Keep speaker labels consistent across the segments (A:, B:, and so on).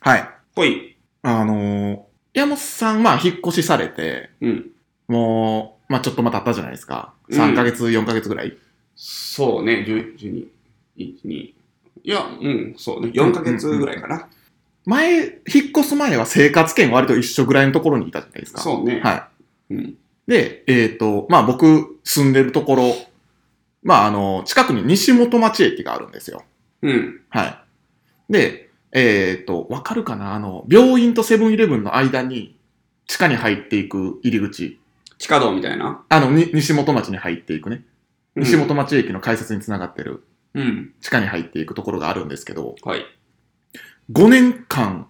A: はい。
B: ほい。
A: あのー、山本さんは引っ越しされて、
B: うん。
A: もう、まあちょっとまた経ったじゃないですか。
B: うん
A: 3ヶ月、4ヶ月ぐらい。
B: そうね、10 12、1、2。いや、うん、そうね。4ヶ月ぐらいかな。
A: 前、引っ越す前は生活圏割と一緒ぐらいのところにいたじゃないですか。
B: そうね。
A: は
B: うん。
A: い。で、えっ、と、まあ僕、住んでるところ、まああの、近くに西本町駅があるんですよ。
B: うん。
A: はい。で、えっ、と、わかるかなあの、病院とセブンイレブンの間に、地下に入っていく入り口。
B: 地下道みたいな。
A: あの、に西本町に入っていくね。
B: うん
A: 西。本町駅の改札につながってる、
B: うん。
A: 地下に入っていくところがあるんですけど、
B: はい。
A: 5年間、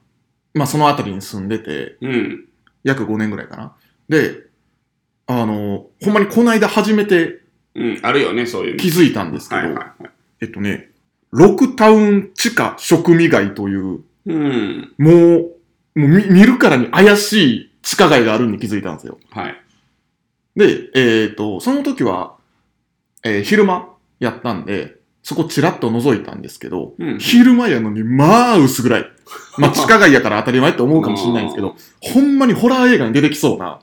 A: まあその辺りに住んでて、
B: うん。
A: 約5年ぐらいかな。で、あの、ほんまにこの間初めて
B: うん。あるよね、そういうの。
A: 気づいたんですけど、
B: はいはいはい。
A: えっとね、ロクタウン地下食味街という、
B: うん。
A: もう、もう見見るからに怪しい地下街があるんで気づいたんですよ。
B: はい。
A: で、えっ、と、その時は、えー昼間やったんで、そこちらっと覗いたんですけど、
B: うん。
A: 昼間やのに、まあ薄暗い。まあ地下街やから当たり前って思うかもしれないんですけど、ほんまにホラー映画に出てきそうな、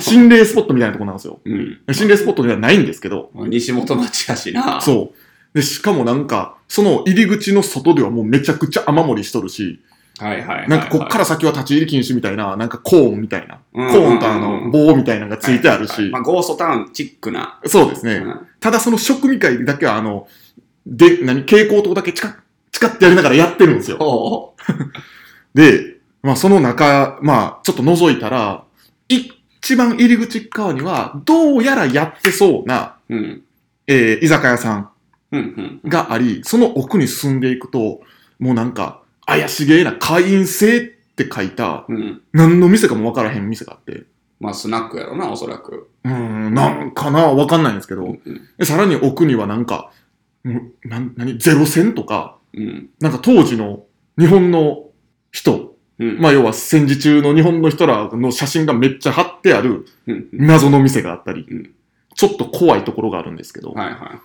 A: 心霊スポットみたいなとこなんですよ。
B: うん。
A: 心霊スポットではないんですけど、
B: 西本町やしな。
A: そう。で、しかもなんか、その入り口の外ではもうめちゃくちゃ雨漏りしとるし、
B: はいはいはいはい。
A: なんかこっから先は立ち入り禁止みたいな、なんかコーンみたいな、
B: コ
A: コーンとあの棒みたいなのがついてあるし
B: ま、あ、ゴーストタウンチックな。
A: そうです
B: う
A: ね。
B: ん
A: ただその食味会だけはあの、で、何、蛍光灯だけチカッ、チカッってやりながらやってるんですよ。
B: おう
A: で、まあその中、まあちょっと覗いたら、い一番入り口側には、どうやらやってそうな、
B: うん。
A: えー居酒屋さん
B: うんうん。
A: があり、その奥に進んでいくと、もうなんか、怪しげな会員制って書いた、
B: うん。
A: 何の店かもわからへん店があって、
B: まあ、スナックやろな、おそらく。
A: うーん、なんかなわかんないんですけ
B: う
A: ど、
B: んうん
A: でさらに奥にはなんか、うんなん、何、ゼロ戦とか、
B: うん。
A: なんか当時の日本の人、
B: うん。
A: まあ要は戦時中の日本の人らの写真がめっちゃ貼ってある
B: うんうん
A: 謎の店があったり
B: うん、
A: ちょっと怖いところがあるんですけど、
B: はいはいは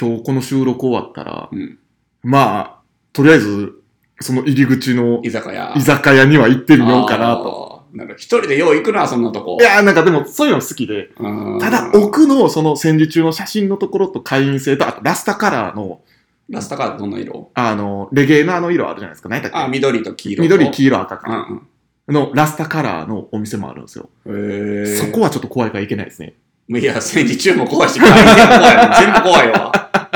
A: 今日この収録終わったら
B: い。、うん。
A: まあ、とりあえず、その入り口の
B: 居酒屋。
A: 居酒屋には行ってみようかなと。
B: と。なんか、一人でよう行くな、そんなとこ
A: い。やーなんかでもそういうの好きで、
B: うん
A: ただ、奥のその戦時中の写真のところと会員制と、あとラスタカラーの、
B: ラスタカードどんな色
A: あの、レゲエのあの色あるじゃないですか。何だっ
B: あ、
A: け
B: 緑と黄色と。
A: 緑、黄色、赤
B: う
A: か。
B: ん
A: のラスタカラーのお店もあるんですよ。
B: うん。へー
A: そこはちょっと怖いからいけないですね。
B: いや、戦時中も怖いし、外戦も怖いわ全部怖 いわ。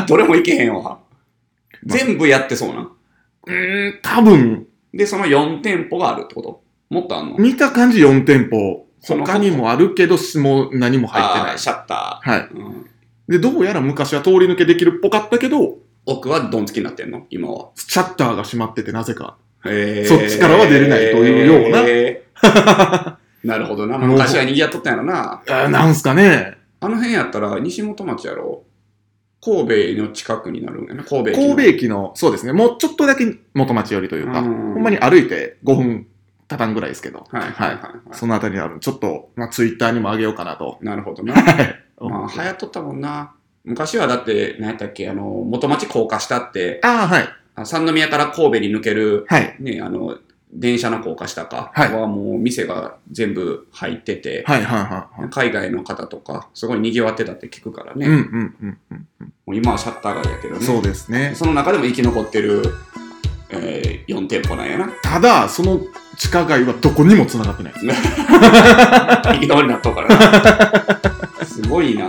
B: どれもいけへんわ。全部やってそうな。
A: うん、多分、
B: で、その4店舗があるってこともっとあんの
A: 見た感じ4店舗。
B: その
A: 他にもあるけど、もう何も入ってな
B: あー
A: い。
B: シャッタ
A: はい。
B: ー。うん
A: で、どうやら昔は通り抜けできるっぽかったけど、
B: 奥はドン付きになってんの今は。
A: シャッターが閉まっててなぜか。
B: へー
A: そっちからは出れないというような
B: へ ーなるほどな。昔は賑やっとったんやろな。
A: あーなんすかね。
B: あの辺やったら、西本町やろ神戸の近くになるんやな。神戸駅の。
A: 神戸駅の、そうですね、もうちょっとだけ元町寄りというか、
B: うん
A: ほんまに歩いて5分たたんぐらいですけど、
B: はいはいはいは
A: そのあたりにある、ちょっと、まあ、ツイッターにも上げようかなと。
B: い。なるほどな。ま
A: 思
B: あ、
A: って
B: 流行っとったもんな。昔はだって、何やったっけ、あの、元町高架下って、
A: ああ、はい、
B: あ三宮から神戸に抜ける、
A: はい、
B: ね、あの、電車の高架下か、
A: はい
B: はもう店が全部入ってて、
A: はい、はい、はい。はい
B: 海外の方とか、すごい賑わってたって聞くからね。
A: うん、う
B: も
A: ん、うん、うん。
B: う今はシャッター街やけどね。
A: そうですね。
B: その中でも生き残ってる、え4店舗なんやな。
A: ただ、その地下街はどこにも繋がってないです。
B: 生き残りになっとうからな。すごいな。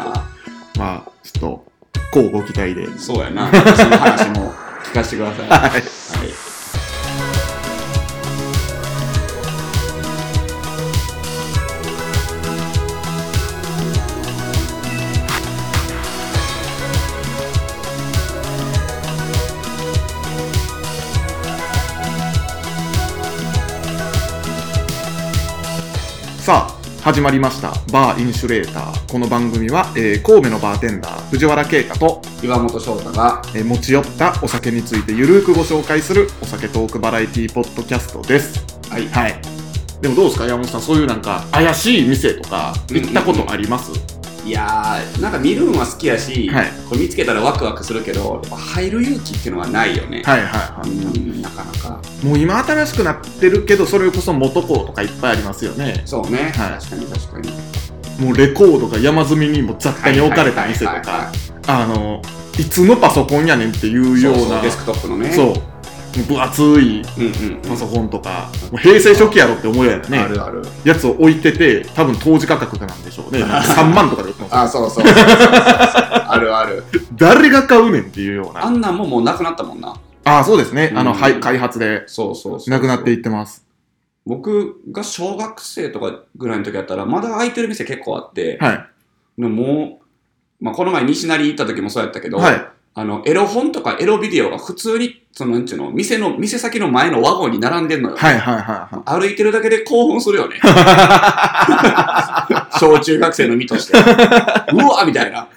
A: まあ、ちょっと、こうご期待で。
B: そうやな。その話も聞かせてください。
A: はい。
B: はい
A: さあ、始まりました。バーインシュレーター。この番組は、えー神戸のバーテンダー、藤原啓太と、
B: 岩本翔太が
A: えー持ち寄ったお酒についてゆるーくご紹介する、お酒トークバラエティポッドキャストです。
B: はい
A: はい。でもどうですか山本さん、そういうなんか、怪しい店とか、行ったことあります
B: いやーなんか見るんは好きやし、
A: はい
B: これ見つけたらワクワクするけどやっぱ入る勇気っていうのはないよね、
A: はいはいは
B: うんなかなか
A: い。もう今新しくなってるけど、それこそ元校とかいっぱいありますよね。
B: そうね、
A: はい
B: 確かに確かに
A: もうレコードが山積みにも雑貨に置かれた店と
B: はいはいはい
A: か
B: は、
A: あの、いつのパソコンやねんっていう
B: い
A: よう
B: そうそ
A: な
B: う、デスクトップのね
A: そう。もう分厚い
B: うんうん
A: パソコンとか、もう平成初期やろって思うような
B: あ
A: ね、
B: るある
A: やつを置いてて、多分当時価格なんでしょうね。3万とかで売ってます。
B: あそうそうそうそうそうそうあるある
A: 誰が買うねんっていうよう
B: あ
A: な。
B: んなんももうなくなったもんな
A: ああ、そうですね。あの、
B: うん
A: はい、開発で、
B: そうそうそう
A: なくなっていってます。
B: 僕が小学生とかぐらいの時だったらまだ空いてる店結構あって、
A: は
B: でももう、まあ、この前西成行った時もそうやったけ
A: い。
B: ど、
A: はい。
B: あのエロ本とかエロビデオが普通にそのなんちゅうの店の店先の前のワゴンに並んでんのよ、
A: はいはいはいは。
B: 歩いてるだけで興奮するよね小中学生の身としてうわみたいない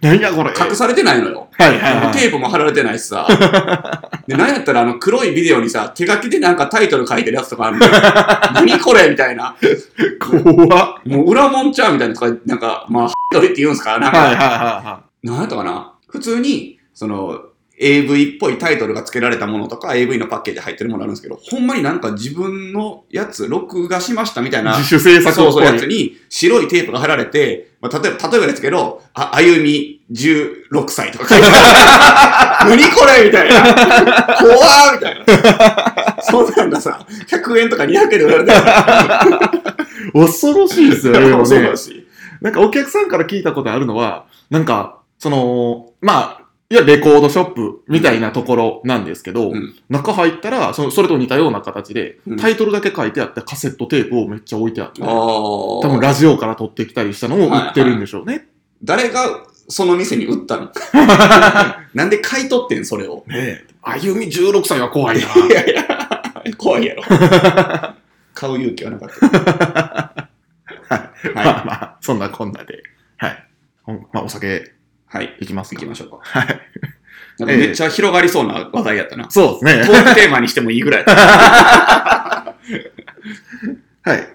A: 何やこれ。
B: 隠されてないのよ
A: はいはいはい
B: テープも貼られてないしさで何やったらあの黒いビデオにさ手書きでなんかタイトル書いてるやつとか あるのよ何これみたいな
A: 怖っ。
B: もう裏もんちゃうみたいなとか、なんか、まあ、どいって言うんすかなんか、
A: はいはいはいは
B: なんやったかな普通に、その、AV っぽいタイトルが付けられたものとか、AV のパッケージ入ってるものあるんですけど、ほんまになんか自分のやつ、録画しましたみたいな、
A: い。自主制作
B: そう
A: っ
B: そ
A: ぽ
B: うやつ
A: い。
B: に白いテープが貼られて、まあ、例えば、例えばですけど、あ、歩み16歳とか書いてあ る。何これみたいな。怖ーみたいな。そうなんださ、100円とか200円で売られてる
A: 恐ろしいですよね、でも
B: そう
A: ね
B: だ。し。
A: なんかお客さんから聞いたことあるのは、なんか、その、まあ、いや、レコードショップみたいなところなんですけど、
B: うん
A: 中入ったらその、それと似たような形で、
B: うん
A: タイトルだけ書いてあって、カセットテープをめっちゃ置いてあって、
B: あ
A: 多
B: ー
A: 分ラジオから撮ってきたりしたのを売ってるんでしょうね。
B: 誰がその店に売 ったのなんで買い取ってんそれを。
A: ねえ。歩み16歳は怖いな。
B: やいや、怖いやろ。買う勇気はなかった。 はい
A: まあまあ、そんなこんなで。はい。ほんまあ、お酒
B: はい。
A: いきます
B: 行
A: か
B: き。ましょうか。
A: はい。
B: なんかめっちゃ広がりそうな話題 やったな。
A: そうですね
B: ト。ークテーマにしてもいいぐらいだった。
A: はい。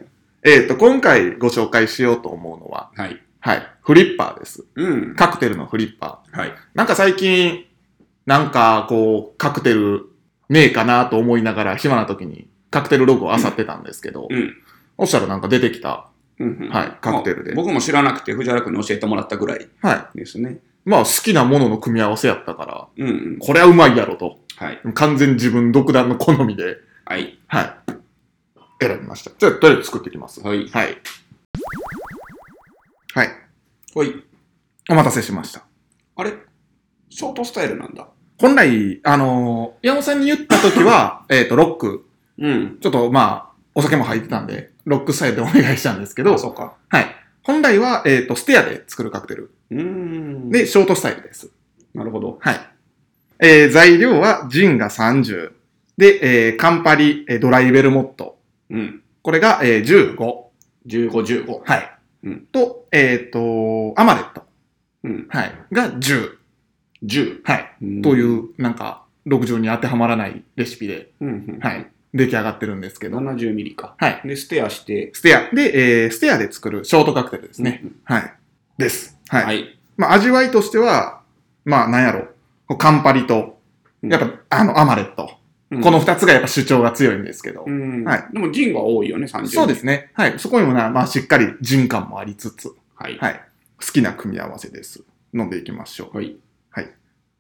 A: えっ、と、今回ご紹介しようと思うのは、
B: はい。
A: はい。フリッパーです。
B: うん。
A: カクテルのフリッパ
B: はい。
A: ー。なんか最近、なんかこう、カクテルねえかなと思いながら、暇な時にカクテルログを漁ってたんですけど、
B: うん
A: おっしゃるなんか出てきた。
B: うんうん
A: はいカクテルで
B: まあ僕も知らなくて、藤原君に教えてもらったぐらい
A: は
B: ですね。
A: い。まあ好きなものの組み合わせやったから、
B: うんうん。
A: これはうまいやろと。
B: はい。
A: 完全に自分独断の好みで、
B: はい。
A: はい。選びました。じゃあ、とりあえず作ってきます。
B: はい。
A: はい。はい。
B: ほい。
A: お待たせしました。
B: あれショートスタイルなんだ。
A: 本来、あのー、山本さんに言った時は、 えっと、ロック
B: うん。
A: ちょっとまあ、お酒も入ってたんで、ロックスタイルでお願いしたんですけど
B: あ、そうか。
A: はい。本来は、えっ、と、ステアで作るカクテル。
B: うーん。
A: で、、ショートスタイルです。
B: なるほど。
A: はい。えー材料は、ジンが30。で、えーカンパリ、えードライベルモット。
B: うん。
A: これが、えー15。
B: 15、15。
A: はい。
B: うん
A: と、えっ、と、アマレット。
B: うん。
A: はい。が10。
B: 10
A: はい。
B: と
A: と
B: い
A: いうう、なんか、60に当てはまらないレシピで、
B: んは、
A: はいい。出来上がってるんですけど。
B: 70ミリか。
A: はい。
B: で、ステアして、
A: ステア。で、えーステアで作るショートカクテルですね。。はい。です。はい。
B: はい。
A: まあ、味わいとしては、まあ、なんやろ。こうカンパリと、やっぱ、あの、アマレット。この、二つがやっぱ主張が強いんですけど。
B: うん。
A: はい
B: でも、ジンが多いよね、30。
A: そうですすね。はい。そこにもな、まあ、しっかり人感もありつつ、
B: はい。
A: はい。好きな組み合わせです。飲んでいきましょう。
B: はい。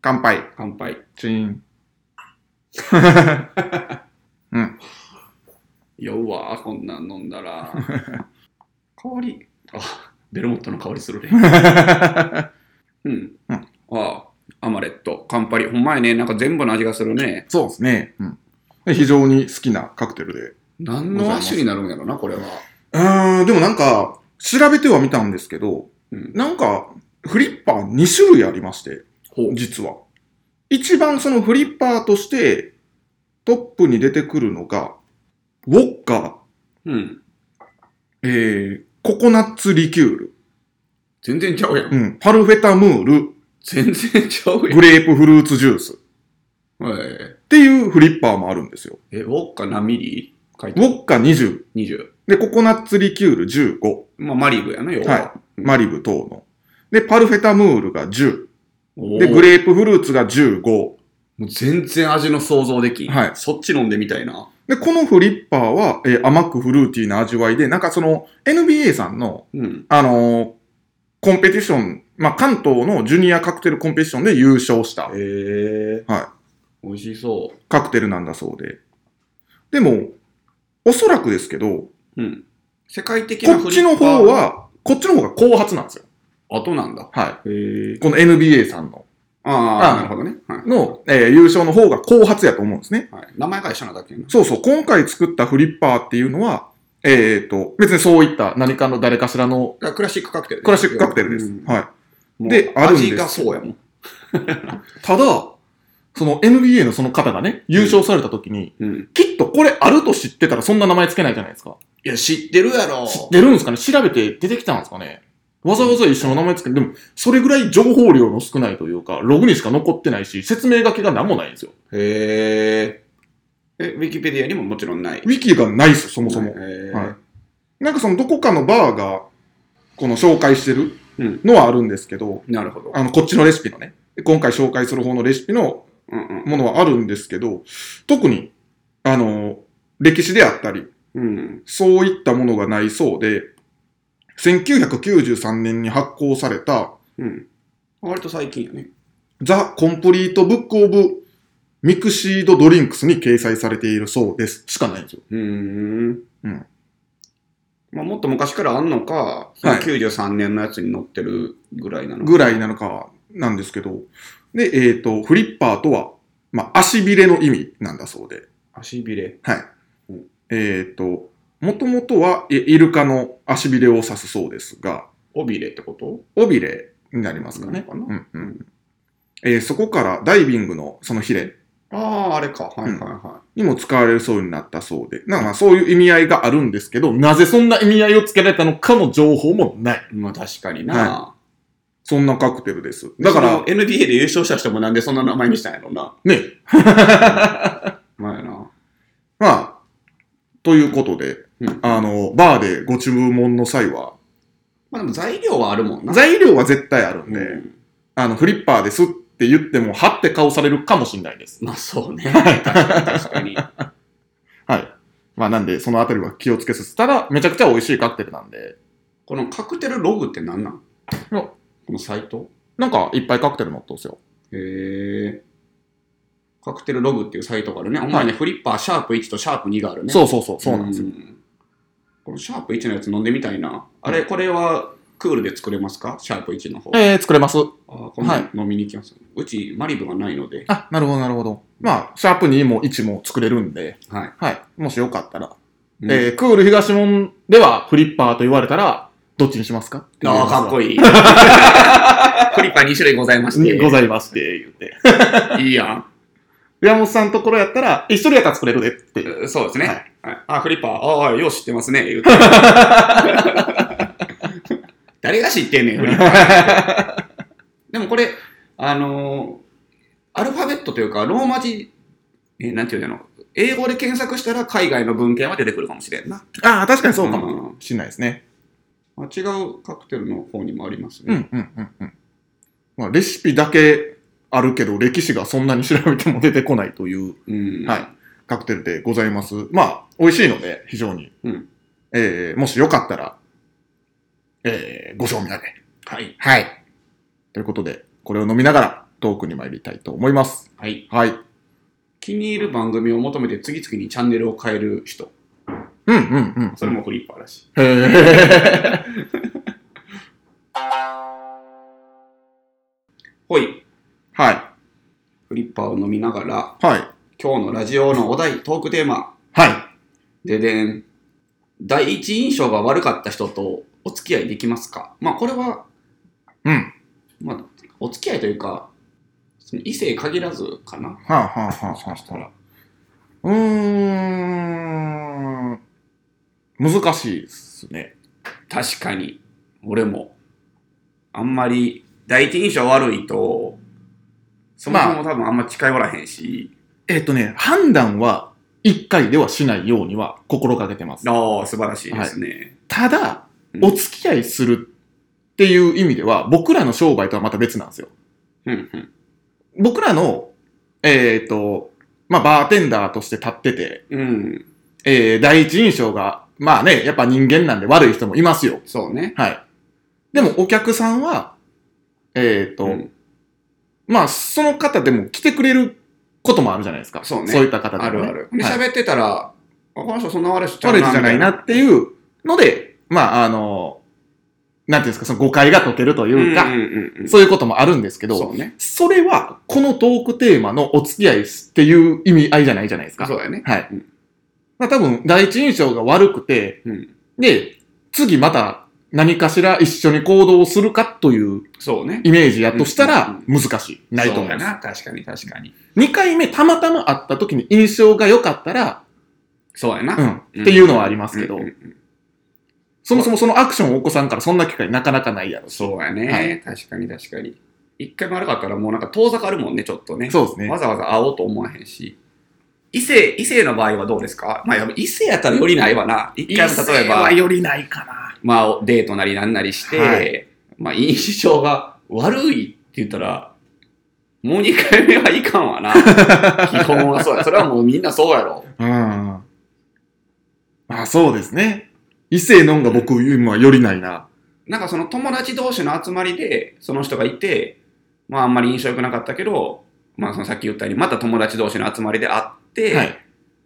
A: 乾杯。
B: 乾杯。
A: チーン。 うん。
B: 酔うわ、こんなん飲ん だら。香り。あ、ベルモットの香りす るね。うん。
A: うん
B: ああ、アマレット、カンパリ。ほんまやね、なんか全部の味がするね。
A: そうですね。うん。で非常に好きなカクテルで。
B: 何の亜種になるんやろな、これは。
A: うーん、でもなんか、調べてはみたんですけど、
B: うん。
A: なんか、フリッパー2種類ありまして、
B: ほう。
A: 実は。一番そのフリッパーとして、トップに出てくるのが、ウォッカ、
B: うん。
A: えー、ココナッツリキュール、
B: 全然ちゃうやん。
A: うん、パルフェタムール、
B: 全然ちゃうやん
A: グ。レープフルーツジュースっ
B: はい。
A: ていうフリッパーもあるんですよ。
B: え、ウォッカ何ミリ書い
A: ウ
B: て
A: ォッカ20、
B: 20。
A: で、ココナッツリキュール15、
B: まあ、マリブやな、要は。
A: はいマリブ等の。で、パルフェタムールが10。で、
B: で
A: グレープフルーツが15。
B: もう全然味の想像できん。
A: はい
B: そっち飲んでみたいな。
A: で、このフリッパーは、えー甘くフルーティーな味わいで、なんかその NBA さんの、
B: うん。
A: あのーコンペティション、まあ、関東のジュニアカクテルコンペティションで優勝した
B: へえ。。
A: はい
B: 美味しそ
A: カクテルなんだそうで。でも、おそらくですけど、
B: う。うん。世界的
A: こ
B: な
A: っちの方は、こっちの方が後発なんですよ。
B: 後なんだ。
A: は
B: へえ
A: い。。この NBA さんの、
B: あ
A: あ
B: あ、なるほどね。はい。
A: の、えー優勝の方が後発やと思うんですね。
B: はい、名前が一緒なだけやな。
A: そうそう、今回作ったフリッパーっていうのは、えっ、と、別にそういった何かの誰かしらの
B: だからクラシックカクテルね
A: クラシックカクテルです。
B: うん
A: はい。
B: もう
A: であるんです
B: 味がそうやもん。
A: ただ、その NBA のその方がね、優勝された時に、
B: うん。
A: きっとこれあると知ってたらそんな名前つけないじゃないですか。
B: いや、知ってるやろ。
A: 知ってるんですかね調べて出てきたんですかねわざわざ一緒の名前つけて、でも、それぐらい情報量の少ないというか、ログにしか残ってないし、説明書きが何もないんですよ。
B: へえ。え、ウィキペディアにももちろんない。
A: ウィキがないですよ、そもそも。
B: へー
A: はいなんかそのどこかのバーが、この紹介してる
B: うん
A: のはあるんですけど、
B: なるほど。
A: あの、こっちのレシピのね、今回紹介する方のレシピの
B: うんうん。
A: ものはあるんですけど、特に、あの、歴史であったり、
B: うん。
A: そういったものがないそうで、1993年に発行された、
B: うん。割と最近やね。
A: ザ・コンプリート・ブック・オブ・ミクシード・ドリンクスに掲載されているそうです。しかないんですよ。
B: うーん。
A: うん
B: まあ、もっと昔からあんのか、その93年のやつに載ってるぐらいなのか。
A: ぐらいなのか、なんですけど。で、えっ、と、フリッパーとは、まあ、足びれの意味なんだそうで。
B: 足びれ。
A: はい
B: うん。
A: えっ、と、もともとは、えイルカの足びれを指すそうですが、
B: 尾びれってこと
A: 尾びれになりますかね。
B: なのか
A: うんうんえーそこからダイビングのそのヒレ
B: ああ、あれか。はいはいは
A: にも使われるそうになったそうで、なんかまあそういう意味合いがあるんですけど、なぜそんな意味合いをつけられたのかの情報もない。
B: い。まあ確かにな。
A: はそんなカクテルです。だか
B: その
A: ら、
B: NBA で優勝した人もなんでそんな名前にしたんやろうな。
A: ね、
B: まあやな。
A: まあ、ということで、
B: うん
A: あの、バーでご注文の際は、
B: まあでも材料はあるもんな。
A: 材料は絶対あるんで、
B: うん
A: あの、フリッパーですって言っても、はって顔されるかもしれないです。
B: まあそうね。確かに確 かに。
A: はい。まあなんで、そのあたりは気をつけさせたら、めちゃくちゃ美味しいカクテルなんで、
B: このカクテルログって何なん
A: や
B: このサイト
A: なんかいっぱいカクテル持ってますよ。
B: へえ。カクテルログっていうサイトがあるね。お前ね、フリッパーシャープ1とシャープ2があるね。
A: そうそうそう、そうなんですよ。
B: このシャープ1のやつ飲んでみたいな。あれ、これはクールで作れますかシャープ1の方。あ
A: えー、作れます。
B: ー今
A: はい
B: 度飲みに行きます。うち、マリブがないので。
A: あ、なるほど、なるほど。まあ、シャープ2も1も作れるんで、
B: はい。
A: はい。もしよかったら。
B: うん
A: えー、クール東門ではフリッパーと言われたら、どっちにしますか
B: ああ、かっこ
A: い
B: いい。フリッパー2種類ございまして。
A: ございますって言って。
B: いいやん。
A: 山本さんのところやったら、一人やったら作れるでっていう。
B: えーそうですね。
A: は
B: はいあ、フリッパー、ああ、よう知ってますね。言うて 誰が知ってんねん、フリッパー。 でもこれ、あのーアルファベットというか、ローマ字、えーなんていうの英語で検索したら海外の文献は出てくるかもしれんな。
A: ああ、確かにそうかも
B: も。
A: しれないですね。
B: まあ、違うカクテルの方にもあります
A: う
B: ね。
A: ん、うん、うん、うん。まあ、レシピだけあるけど、歴史がそんなに調べても出てこないという。
B: うん
A: はいカクテルでございます。まあ、美味しいので、非常に。
B: うん
A: えーもしよかったら、えーご賞味あれ。
B: はい。
A: はい。ということで、これを飲みながらトークに参りたいと思います。
B: はい。
A: はい。
B: 気に入る番組を求めて次々にチャンネルを変える人。
A: うんうんうん。
B: それもフリッパーだし。
A: へー
B: ほい。
A: は
B: フリッパーを飲みながら、
A: い。はい。
B: 今日のラジオのお題、トークテーマ、
A: はい。
B: ででん。第一印象が悪かった人とお付き合いできますかまあこれは、
A: うん。
B: まあ、お付き合いというか、その異性限らずかな。
A: はあ、はあはあ
B: もしか
A: は
B: した
A: あ、
B: ら。
A: うーん。難しいですね。
B: 確かに、俺も。あんまり、第一印象悪いと、そもそも多分あんま近寄らへんし。
A: えっ、とね、判断は一回ではしないようには心がけてます。
B: ああ、素晴らしいですね。
A: ただ、
B: うん
A: お付き合いするっていう意味では、僕らの商売とはまた別なんですよ。
B: うんうん
A: 僕らの、えっ、と、まあ、バーテンダーとして立ってて、
B: うん。
A: えー、第一印象が、まあね、やっぱ人間なんで悪い人もいますよ。
B: そうね。
A: はい。でもお客さんは、えっ、と、
B: うん
A: まあ、その方でも来てくれることもあるじゃないですか。
B: そうね
A: そういった方でも、ね。
B: あるある。で、
A: はい
B: 喋ってたら、あこの人そんな悪い人ちゃう
A: 悪い人じゃないな
B: み
A: っていうので、まあ、あの、なんていうんですか、その誤解が解けると
B: た
A: いう
B: いな
A: か、
B: うんうんうんうん。
A: そういうこともあるんですけど、
B: そうね。
A: それは、このトークテーマのお付き合いっていう意味合いじゃないじゃないですか。
B: そうだよね。
A: はい。
B: うん
A: まあ多分、第一印象が悪くて、
B: うん
A: で、次また何かしら一緒に行動するかという
B: そうね。
A: イメージやとしたら、難しい。ないと
B: そう
A: 思い
B: や
A: ます。
B: な。確かに確かに。
A: 2回目、たまたま会った時に印象が良かったら、
B: そうやな。
A: うん、
B: うん
A: っていうのはありますけど、
B: うんうんうん
A: そもそもそのアクションをお子さんからそんな機会なかなかないやろし。
B: そうやね。
A: はい
B: 確かに確かに。一回も悪かったらもうなんか遠ざかるもんね、ちょっとね。
A: そうですね
B: わ。ざわざ会おうと思わへんし。異性、異性の場合はどうですかまあ、やっぱ異性やったらよりないわな。一回も例えば
A: は、よりないかな。
B: まあ、デートなりなんなりして、
A: はい
B: まあ、印象が悪いって言ったら、もう2回目はいかんわ な。基本はそうや。それはもうみんなそうやろ。
A: うん。まあそうですね。異性のんが僕今よりないな。
B: なんかその友達同士の集まりで、その人がいて、まああんまり印象良くなかったけど、まあそのさっき言ったように、また友達同士の集まりで会って、
A: はい。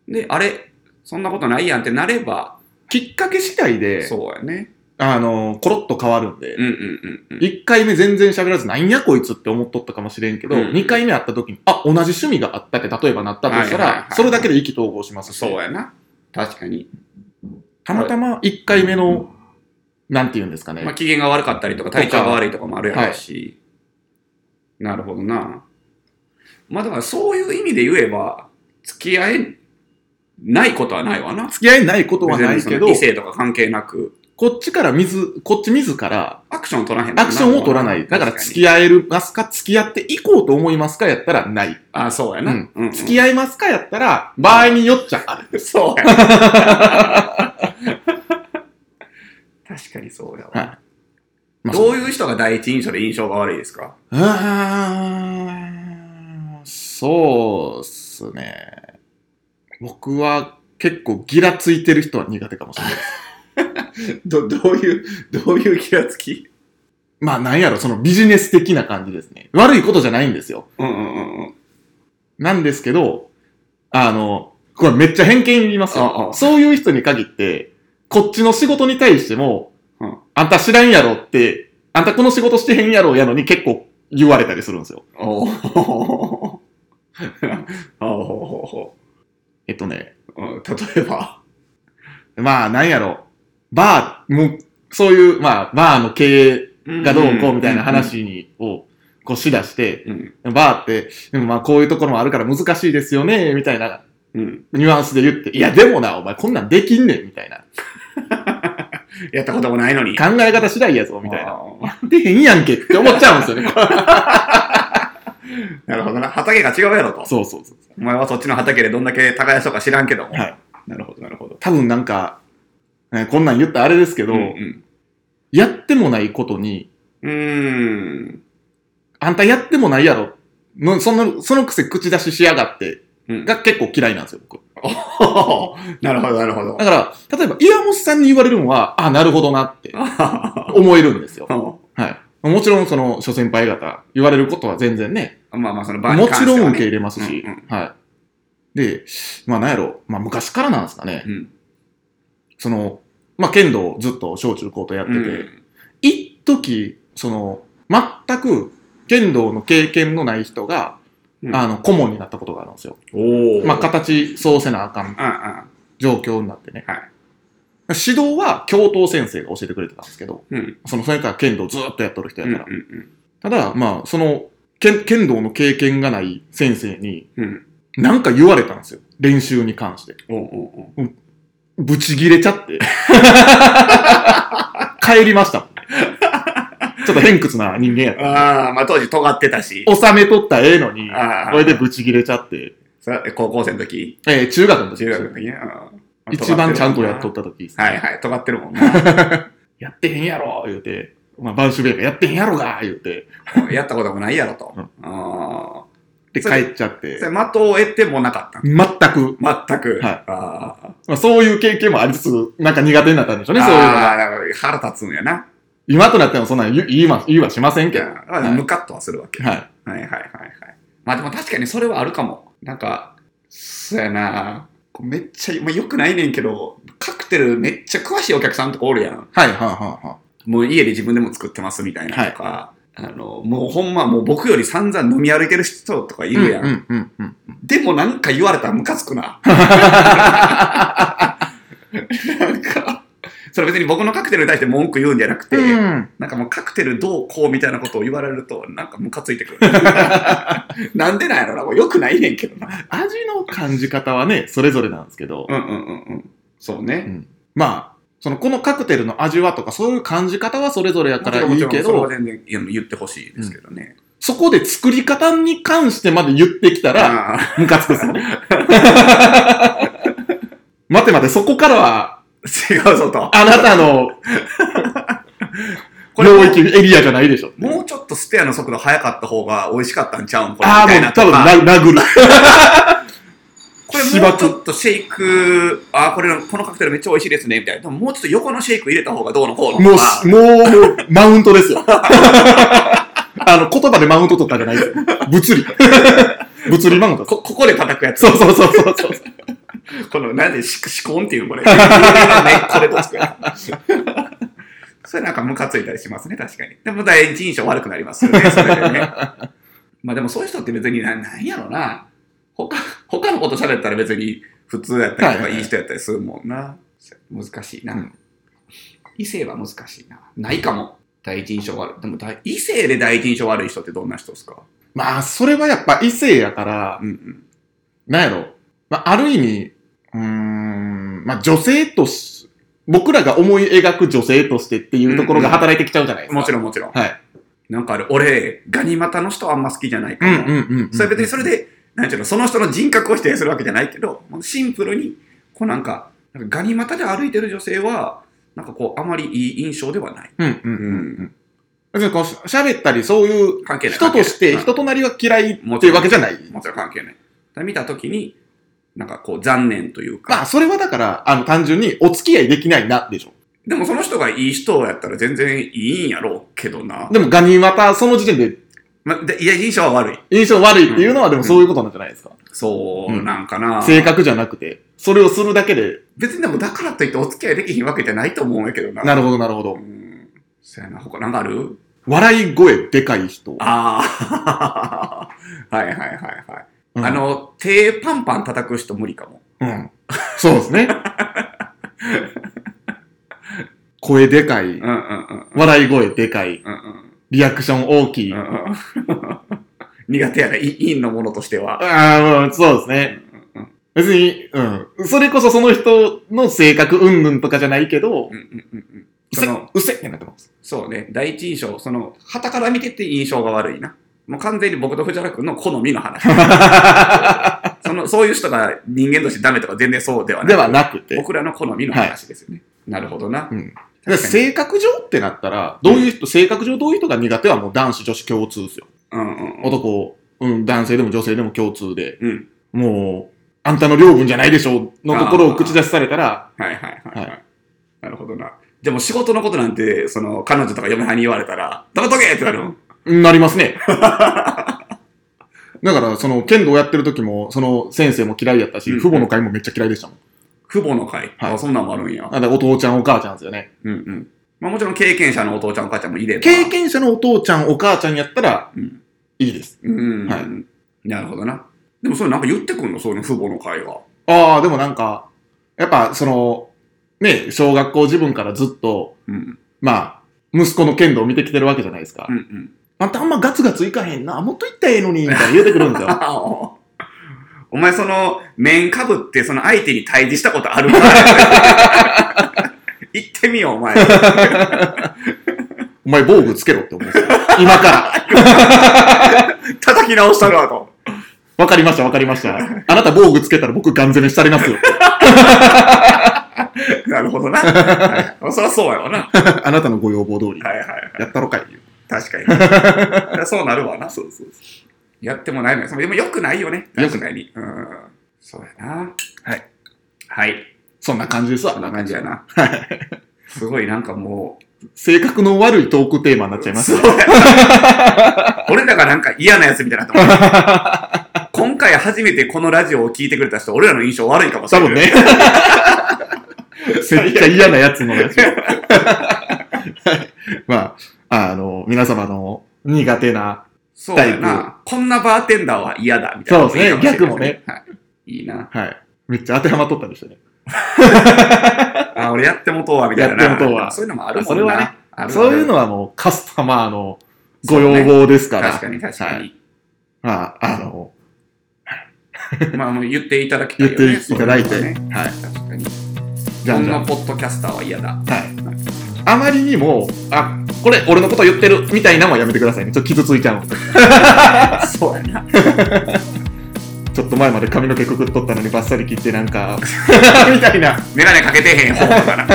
B: で、あれ、そんなことないやんってなれば、
A: きっかけ次第で、
B: そうやね。
A: あの、コロッと変わるんで、
B: うんうんうんうん。
A: 一1回目全然喋らず、なんやこいつって思っとったかもしれんけど、
B: う
A: 二2
B: ん
A: 回目会った時に、あ、同じ趣味があったって、例えばなったとしたら、
B: はいはいはい
A: それだけで意気投合しますし
B: そうやな。確かに。
A: たまたま1回目の、なんて言うんですかね。
B: まあ、機嫌が悪かったりとか、体調が悪いとかもあるやろうし。なるほどな。まあ、だからそういう意味で言えば、付き合えないことはないわな。
A: 付き合えないことはない
B: 別に
A: け
B: その
A: ど
B: 異、性とか関係なく、
A: こっちから自、こっち自ら、
B: アクション取らへん
A: アクションを取らない。だから付き合えますか付き合っていこうと思いますかやったらない。
B: あ、そうやな。
A: う
B: うんん。
A: 付き合いますかやったら、場合によっちゃある。
B: 合 そうやな。確かにそうやわ。
A: はいまあ
B: どういう人が第一印象で印象が悪いですか
A: うーん、そうっすね。僕は結構ギラついてる人は苦手かもしれないです。
B: ど、どういう、どういう気がつき
A: まあなんやろ、そのビジネス的な感じですね。悪いことじゃないんですよ。
B: うんうんうんうん。
A: なんですけど、あの、これめっちゃ偏見言いますよ。
B: ああ
A: そういう人に限って、こっちの仕事に対しても、
B: うん
A: あんた知らんやろって、あんたこの仕事してへんやろやのに結構言われたりするんですよ。
B: おお。おお。
A: えっとね、
B: うん例えば。
A: まあなんやろ、バー、もうそういう、まあ、バーの経営がどうこうみたいな話に、を、こうしだして、
B: うん。
A: バーって、でもまあこういうところもあるから難しいですよね、みたいな
B: うん。
A: ニュアンスで言って、いやでもな、お前こんなんできんねん、みたいな。
B: やったこともないのに。
A: 考え方次第やぞ、みたいな。
B: あー。
A: でへんやんけって思っちゃうんですよね。
B: なるほどな。畑が違うやろと。
A: そうそうそう。
B: お前はそっちの畑でどんだけ耕そうか知らんけども。
A: はい。
B: なるほど、なるほど。
A: 多分なんか、ねこんなん言ったらあれですけど、
B: うんうん。
A: やってもないことに、
B: うーん。
A: あんたやってもないやろ。のその、そのくせ口出ししやがって、
B: うん
A: が結構嫌いなんですよ、僕。
B: なるほど、なるほど
A: だ。から、例えば、岩本さんに言われるのは、あ、なるほどなって思えるんですよ。はい。もちろん、その、諸先輩方、言われることは全然ね、
B: まあまあ、その場に
A: も
B: 関
A: ち
B: して
A: ろん
B: はね
A: 受け入れますし、
B: うんう
A: はい。で、まあ、なんやろ、まあ、昔からなんですかね、
B: うん
A: その、まあ、剣道をずっと小中高とやってて、
B: うん
A: 一時、その、全く、剣道の経験のない人が、
B: うん
A: あの、顧問になったことがあるんですよ。
B: おお。
A: まあ、形、そうせなあかん
B: あ、
A: 状況になってね。
B: はい
A: 指導は教頭先生が教えてくれてたんですけど、
B: うん、うん。
A: その、それから剣道ずーっとやっとる人
B: う
A: や
B: ん、う
A: か
B: ん
A: ら。ただ、まあ、その、剣剣道の経験がない先生に、
B: うん、うん。
A: なんか言われたんですよ。練習に関して。
B: おうおうおう
A: ブチギレちゃって。帰りました。ちょっと偏屈な人間やっ
B: ああ、まあ当時尖ってたし。
A: た。収めとったらええのに、
B: ああ
A: これでブチギレちゃって。
B: さ高校生の時
A: えー中学の時
B: 中学の時ね。あー
A: 一番ちゃんとやっとっ。た時、
B: 尖ってるもんなはいはい、尖ってるもんな。
A: やってへんやろ言うて、まあ、晩秋弁がやってへんやろが言うて、
B: やったこともないや ろと。
A: う
B: うんん。あ
A: で、
B: それ
A: 帰っちゃって
B: ーそ、れ的を得てもなかった
A: 全く、
B: 全く。
A: はい
B: あー
A: まあ、そういう経験もありつつ、なんか苦手になったんでしょうね、そういうのが。
B: あー、だから腹立つんやな。
A: 今となってもそんなん言う言いは言いはしません
B: い
A: けど。
B: や
A: は、
B: まあムカッとはするわけ。
A: い。
B: はいはいはいはい。まあでも確かにそれはあるかも。なんか、そうやな。こうめっちゃ、まあよくないねんけど、カクテルめっちゃ詳しいお客さんとかおるやん。
A: はい、はい、は
B: もう家で自分でも作ってますみたいなとか、あの、もうほんまもう僕より散々飲み歩いてる人とかい
A: い、
B: る
A: はい。
B: やん。
A: うん、うん、うん。
B: でもなんか言われたらムカつ くな。なんか、それ別に僕のカクテルに対して文句言うんじゃなくて、
A: うん。
B: なんかもうカクテルどうこうみたいなことを言われると、なんかムカつい てくる。なんでなんやろな、もう良くないねんけどな。
A: 味の感じ方はね、それぞれなんですけど、
B: うんうんうんうん。そう
A: う
B: ね。
A: んまあ、その、このカクテルの味はとか、そういう感じ方はそれぞれやからいいけ
B: それは
A: ど、
B: 全然言ってほしいですけどね。
A: そこで作り方に関してまで言ってきたら、
B: ああ
A: ムカつくっすよね。待て待て、そこからは、
B: 違うぞと。
A: あなたの
B: これ
A: 領
B: も
A: 域、エリアじゃないでしょ。
B: もうちょっとステアの速度速かった方が美味しかったんちゃうんこれみ
A: ああ、
B: たい
A: も
B: な
A: う
B: と
A: 多分
B: か。
A: な、殴る。
B: これもうちょっとシェイク、ああ、これの、このカクテルめっちゃ美味しいですね、みたいな。でももうちょっと横のシェイク入れた方がどうのこうのとか。
A: もうし、もう、もう、マウントですよ。 あの、言葉でマウントとかじゃないですよ。物 理。物理マウントです。
B: こ、ここで叩くやつ。
A: そうそうそうそうそう。
B: この、なんで、し、しこんっていう のこれ。ね、これどうすか。それなんかムカついたりしますね、確かに。でも、第一印象悪くなりますよね、それでね。まあでも、そういう人って別にな、なんやろな。他、他のこと喋ったら別に普通やったりと
A: は
B: か、
A: いはい
B: いい人やったりするもんな。難しいな。
A: うん
B: 異性は難しいな。ないかも。第一印象悪い。でも第、異性で第一印象悪い人ってどんな人ですか
A: まあ、それはやっぱ異性やから、
B: うんうん。
A: なんやろ。まあ、ある意味、うーん、まあ、女性とし、僕らが思い描く女性としてっていうところが働いてきちゃうじゃないですか。
B: もちろんもちろん。
A: はい。
B: なんかある、俺、ガニ股の人あんま好きじゃないか
A: う
B: も。
A: んうんうん。
B: それ別にそれ
A: で。
B: で、なんていうの、その人の人格を否定するわけじゃないけど、もうシンプルに、こうなんか、なんかガニ股で歩いてる女性は、なんかこう、あまりいい印象ではない。
A: うんうんうん
B: ん。
A: 別にこう、喋ったり、そういう、
B: 関係ない。
A: 人として、人
B: 関
A: となりが嫌いっ
B: も
A: て
B: ち
A: い
B: ろ
A: うんわけじゃない。
B: 係ないうんもちろん関係ない。だから見たときに、なんかこう、残念というか、
A: まあ、それはだから、あの、単純にお付き合いできないな、でしょ。
B: でもその人がいい人やったら全然いいんやろうけどな。
A: でも、ガニ股、その時点で
B: ま、でいや、印象は悪い。
A: 印象悪いっていうのは、でもそういうことなんじゃないですか。
B: そうう、
A: ん
B: なんかな。
A: 性格じゃなくて、それをするだけで、
B: 別にでもだからといってお付き合いできひんわけじゃないと思うんやけどな。
A: なるほど、なるほど
B: う。ん。そやな、他なんかある
A: 笑い声でかい人。
B: ああ、はいはいはいはい。
A: うん
B: あ、の、手パンパン叩く人無理かも。
A: うん。そうです ね。声でかい
B: うん、うんうん
A: 笑い声でかい、
B: うんうん
A: リアクション大きい。
B: う
A: あ
B: んうん苦手やな、い陰のものとしては。
A: あ、うんそうです
B: う
A: ね。
B: んうん
A: 別に、うん。それこそその人の性格うんぬんとかじゃないけど
B: う、んうんうんうん
A: う
B: そ
A: せ
B: の、
A: うせってなってます。
B: そうね、第一印象、その、旗から見てて印象が悪いな。もう完全に僕と藤原君の好みの 話。その、そういう人が人間としてダメとか全然そうではない。
A: ではなくて。
B: 僕らの好みの話ですよね。なるほどな。
A: うん
B: 確かに
A: 性格上ってなったら、どういう人、性格上どういう人が苦手はもう男子女子共通ですよ。
B: うんうんうん。
A: 男、うん、男性でも女性でも共通で、
B: うん
A: もう、あんたの領分じゃないでしょうのところを口出しされたら、
B: はいはいはい、はい
A: は
B: なるほどな。でも仕事のことなんて、その、彼女とか嫁はんに言われたら、黙っとけってなるの
A: なりますね。 だから、その、剣道やってる時も、その、先生も嫌いやったし、
B: うん
A: 父母の会もめっちゃ嫌いでしたもん。
B: 父母の会、
A: はい
B: あ、そんなんもあるんや。
A: だからお父ちゃん、お母ちゃんですよね。
B: うんうん。まあもちろん経験者のお父ちゃんお母ちゃんもいれば。
A: 経験者のお父ちゃん、お母ちゃんやったら
B: うん、
A: いいです。
B: うん、
A: はい
B: なるほどな。でもそれなんか言ってくんのそういうの父母の会が。
A: ああ、でもなんか、やっぱ、その、ね、小学校自分からずっと、
B: うん。
A: まあ、息子の剣道を見てきてるわけじゃないですか
B: う。んうん。
A: あんたあんまガツガツいかへんな。もっといったらええのに、みたいな言うてくるんですよ。
B: あお前その、面かぶってその相手に対峙したことあるか行ってみよう、お前。
A: お前防具つけろって思うんですよ。今から。
B: 叩き直したるわと。
A: わかりました、わかりました。あなた防具つけたら僕ガン攻めしたりますよ。
B: なるほどどな。はいまあそりゃそうやわな。は
A: あなたのご要望通り
B: い。はいはい。
A: やったろかい。
B: 確かに。そり ゃそうなるわな。
A: そうそうそ
B: やってもないのよ。でもよくないよね。
A: 良
B: よ
A: く
B: くないに。うん。そうやな。
A: はい。
B: はい。
A: んな感じですわ。
B: そんな感じやな。すごいなんかもう。
A: 性格の悪いトークテーマになっちゃいます
B: そう
A: ね。
B: やな俺らがなんか嫌なやつみたいになと思 った。今回初めてこのラジオを聞いてくれた人、俺らの印象悪いかもし
A: 多
B: れない。
A: 分 ね。めっちゃ嫌なやつのやつ。 はいまあ、あの、皆様の苦手な、
B: そうやな。こんなバーテンダーは嫌だ、みたいな。
A: そうですね
B: いいかしれない
A: 逆もね。
B: はい。いいな。
A: はい。めっちゃ当てはまっとったりしてね。
B: あ、俺やってもとうわ、みたいなな。
A: やってもとうわ
B: そういうのもあるもんな。
A: それはね
B: あるある
A: そういうのはもうカスタマーのご要望ですから。
B: 確かに確かに。
A: まあ、あの、
B: まあ、もう言っていただきたい
A: 言
B: よ
A: っ
B: ね。
A: ていただいて、
B: そううのね
A: はい。
B: 確かに。
A: じゃ
B: こ
A: ん
B: ん
A: じゃ。
B: なんポッドキャスターは嫌 だ。
A: はい。あまりにも、あ、これ俺のこと言ってるみたいなのはやめてくださいね。ちょっと傷ついちゃうので
B: そうや な。
A: ちょっと前まで髪の毛くくっとったのにバッサリ切ってなんか、 みたいな。
B: メガネかけてへん方とかな。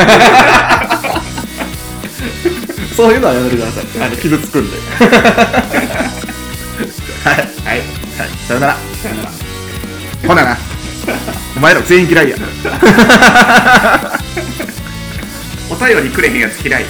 A: そういうのはやめてください。あの、傷つく んで。はい。はい。はい。さよなら。
B: さよなら
A: ほなな。お前ら全員嫌いや。
B: お便りくれへんやつ嫌い。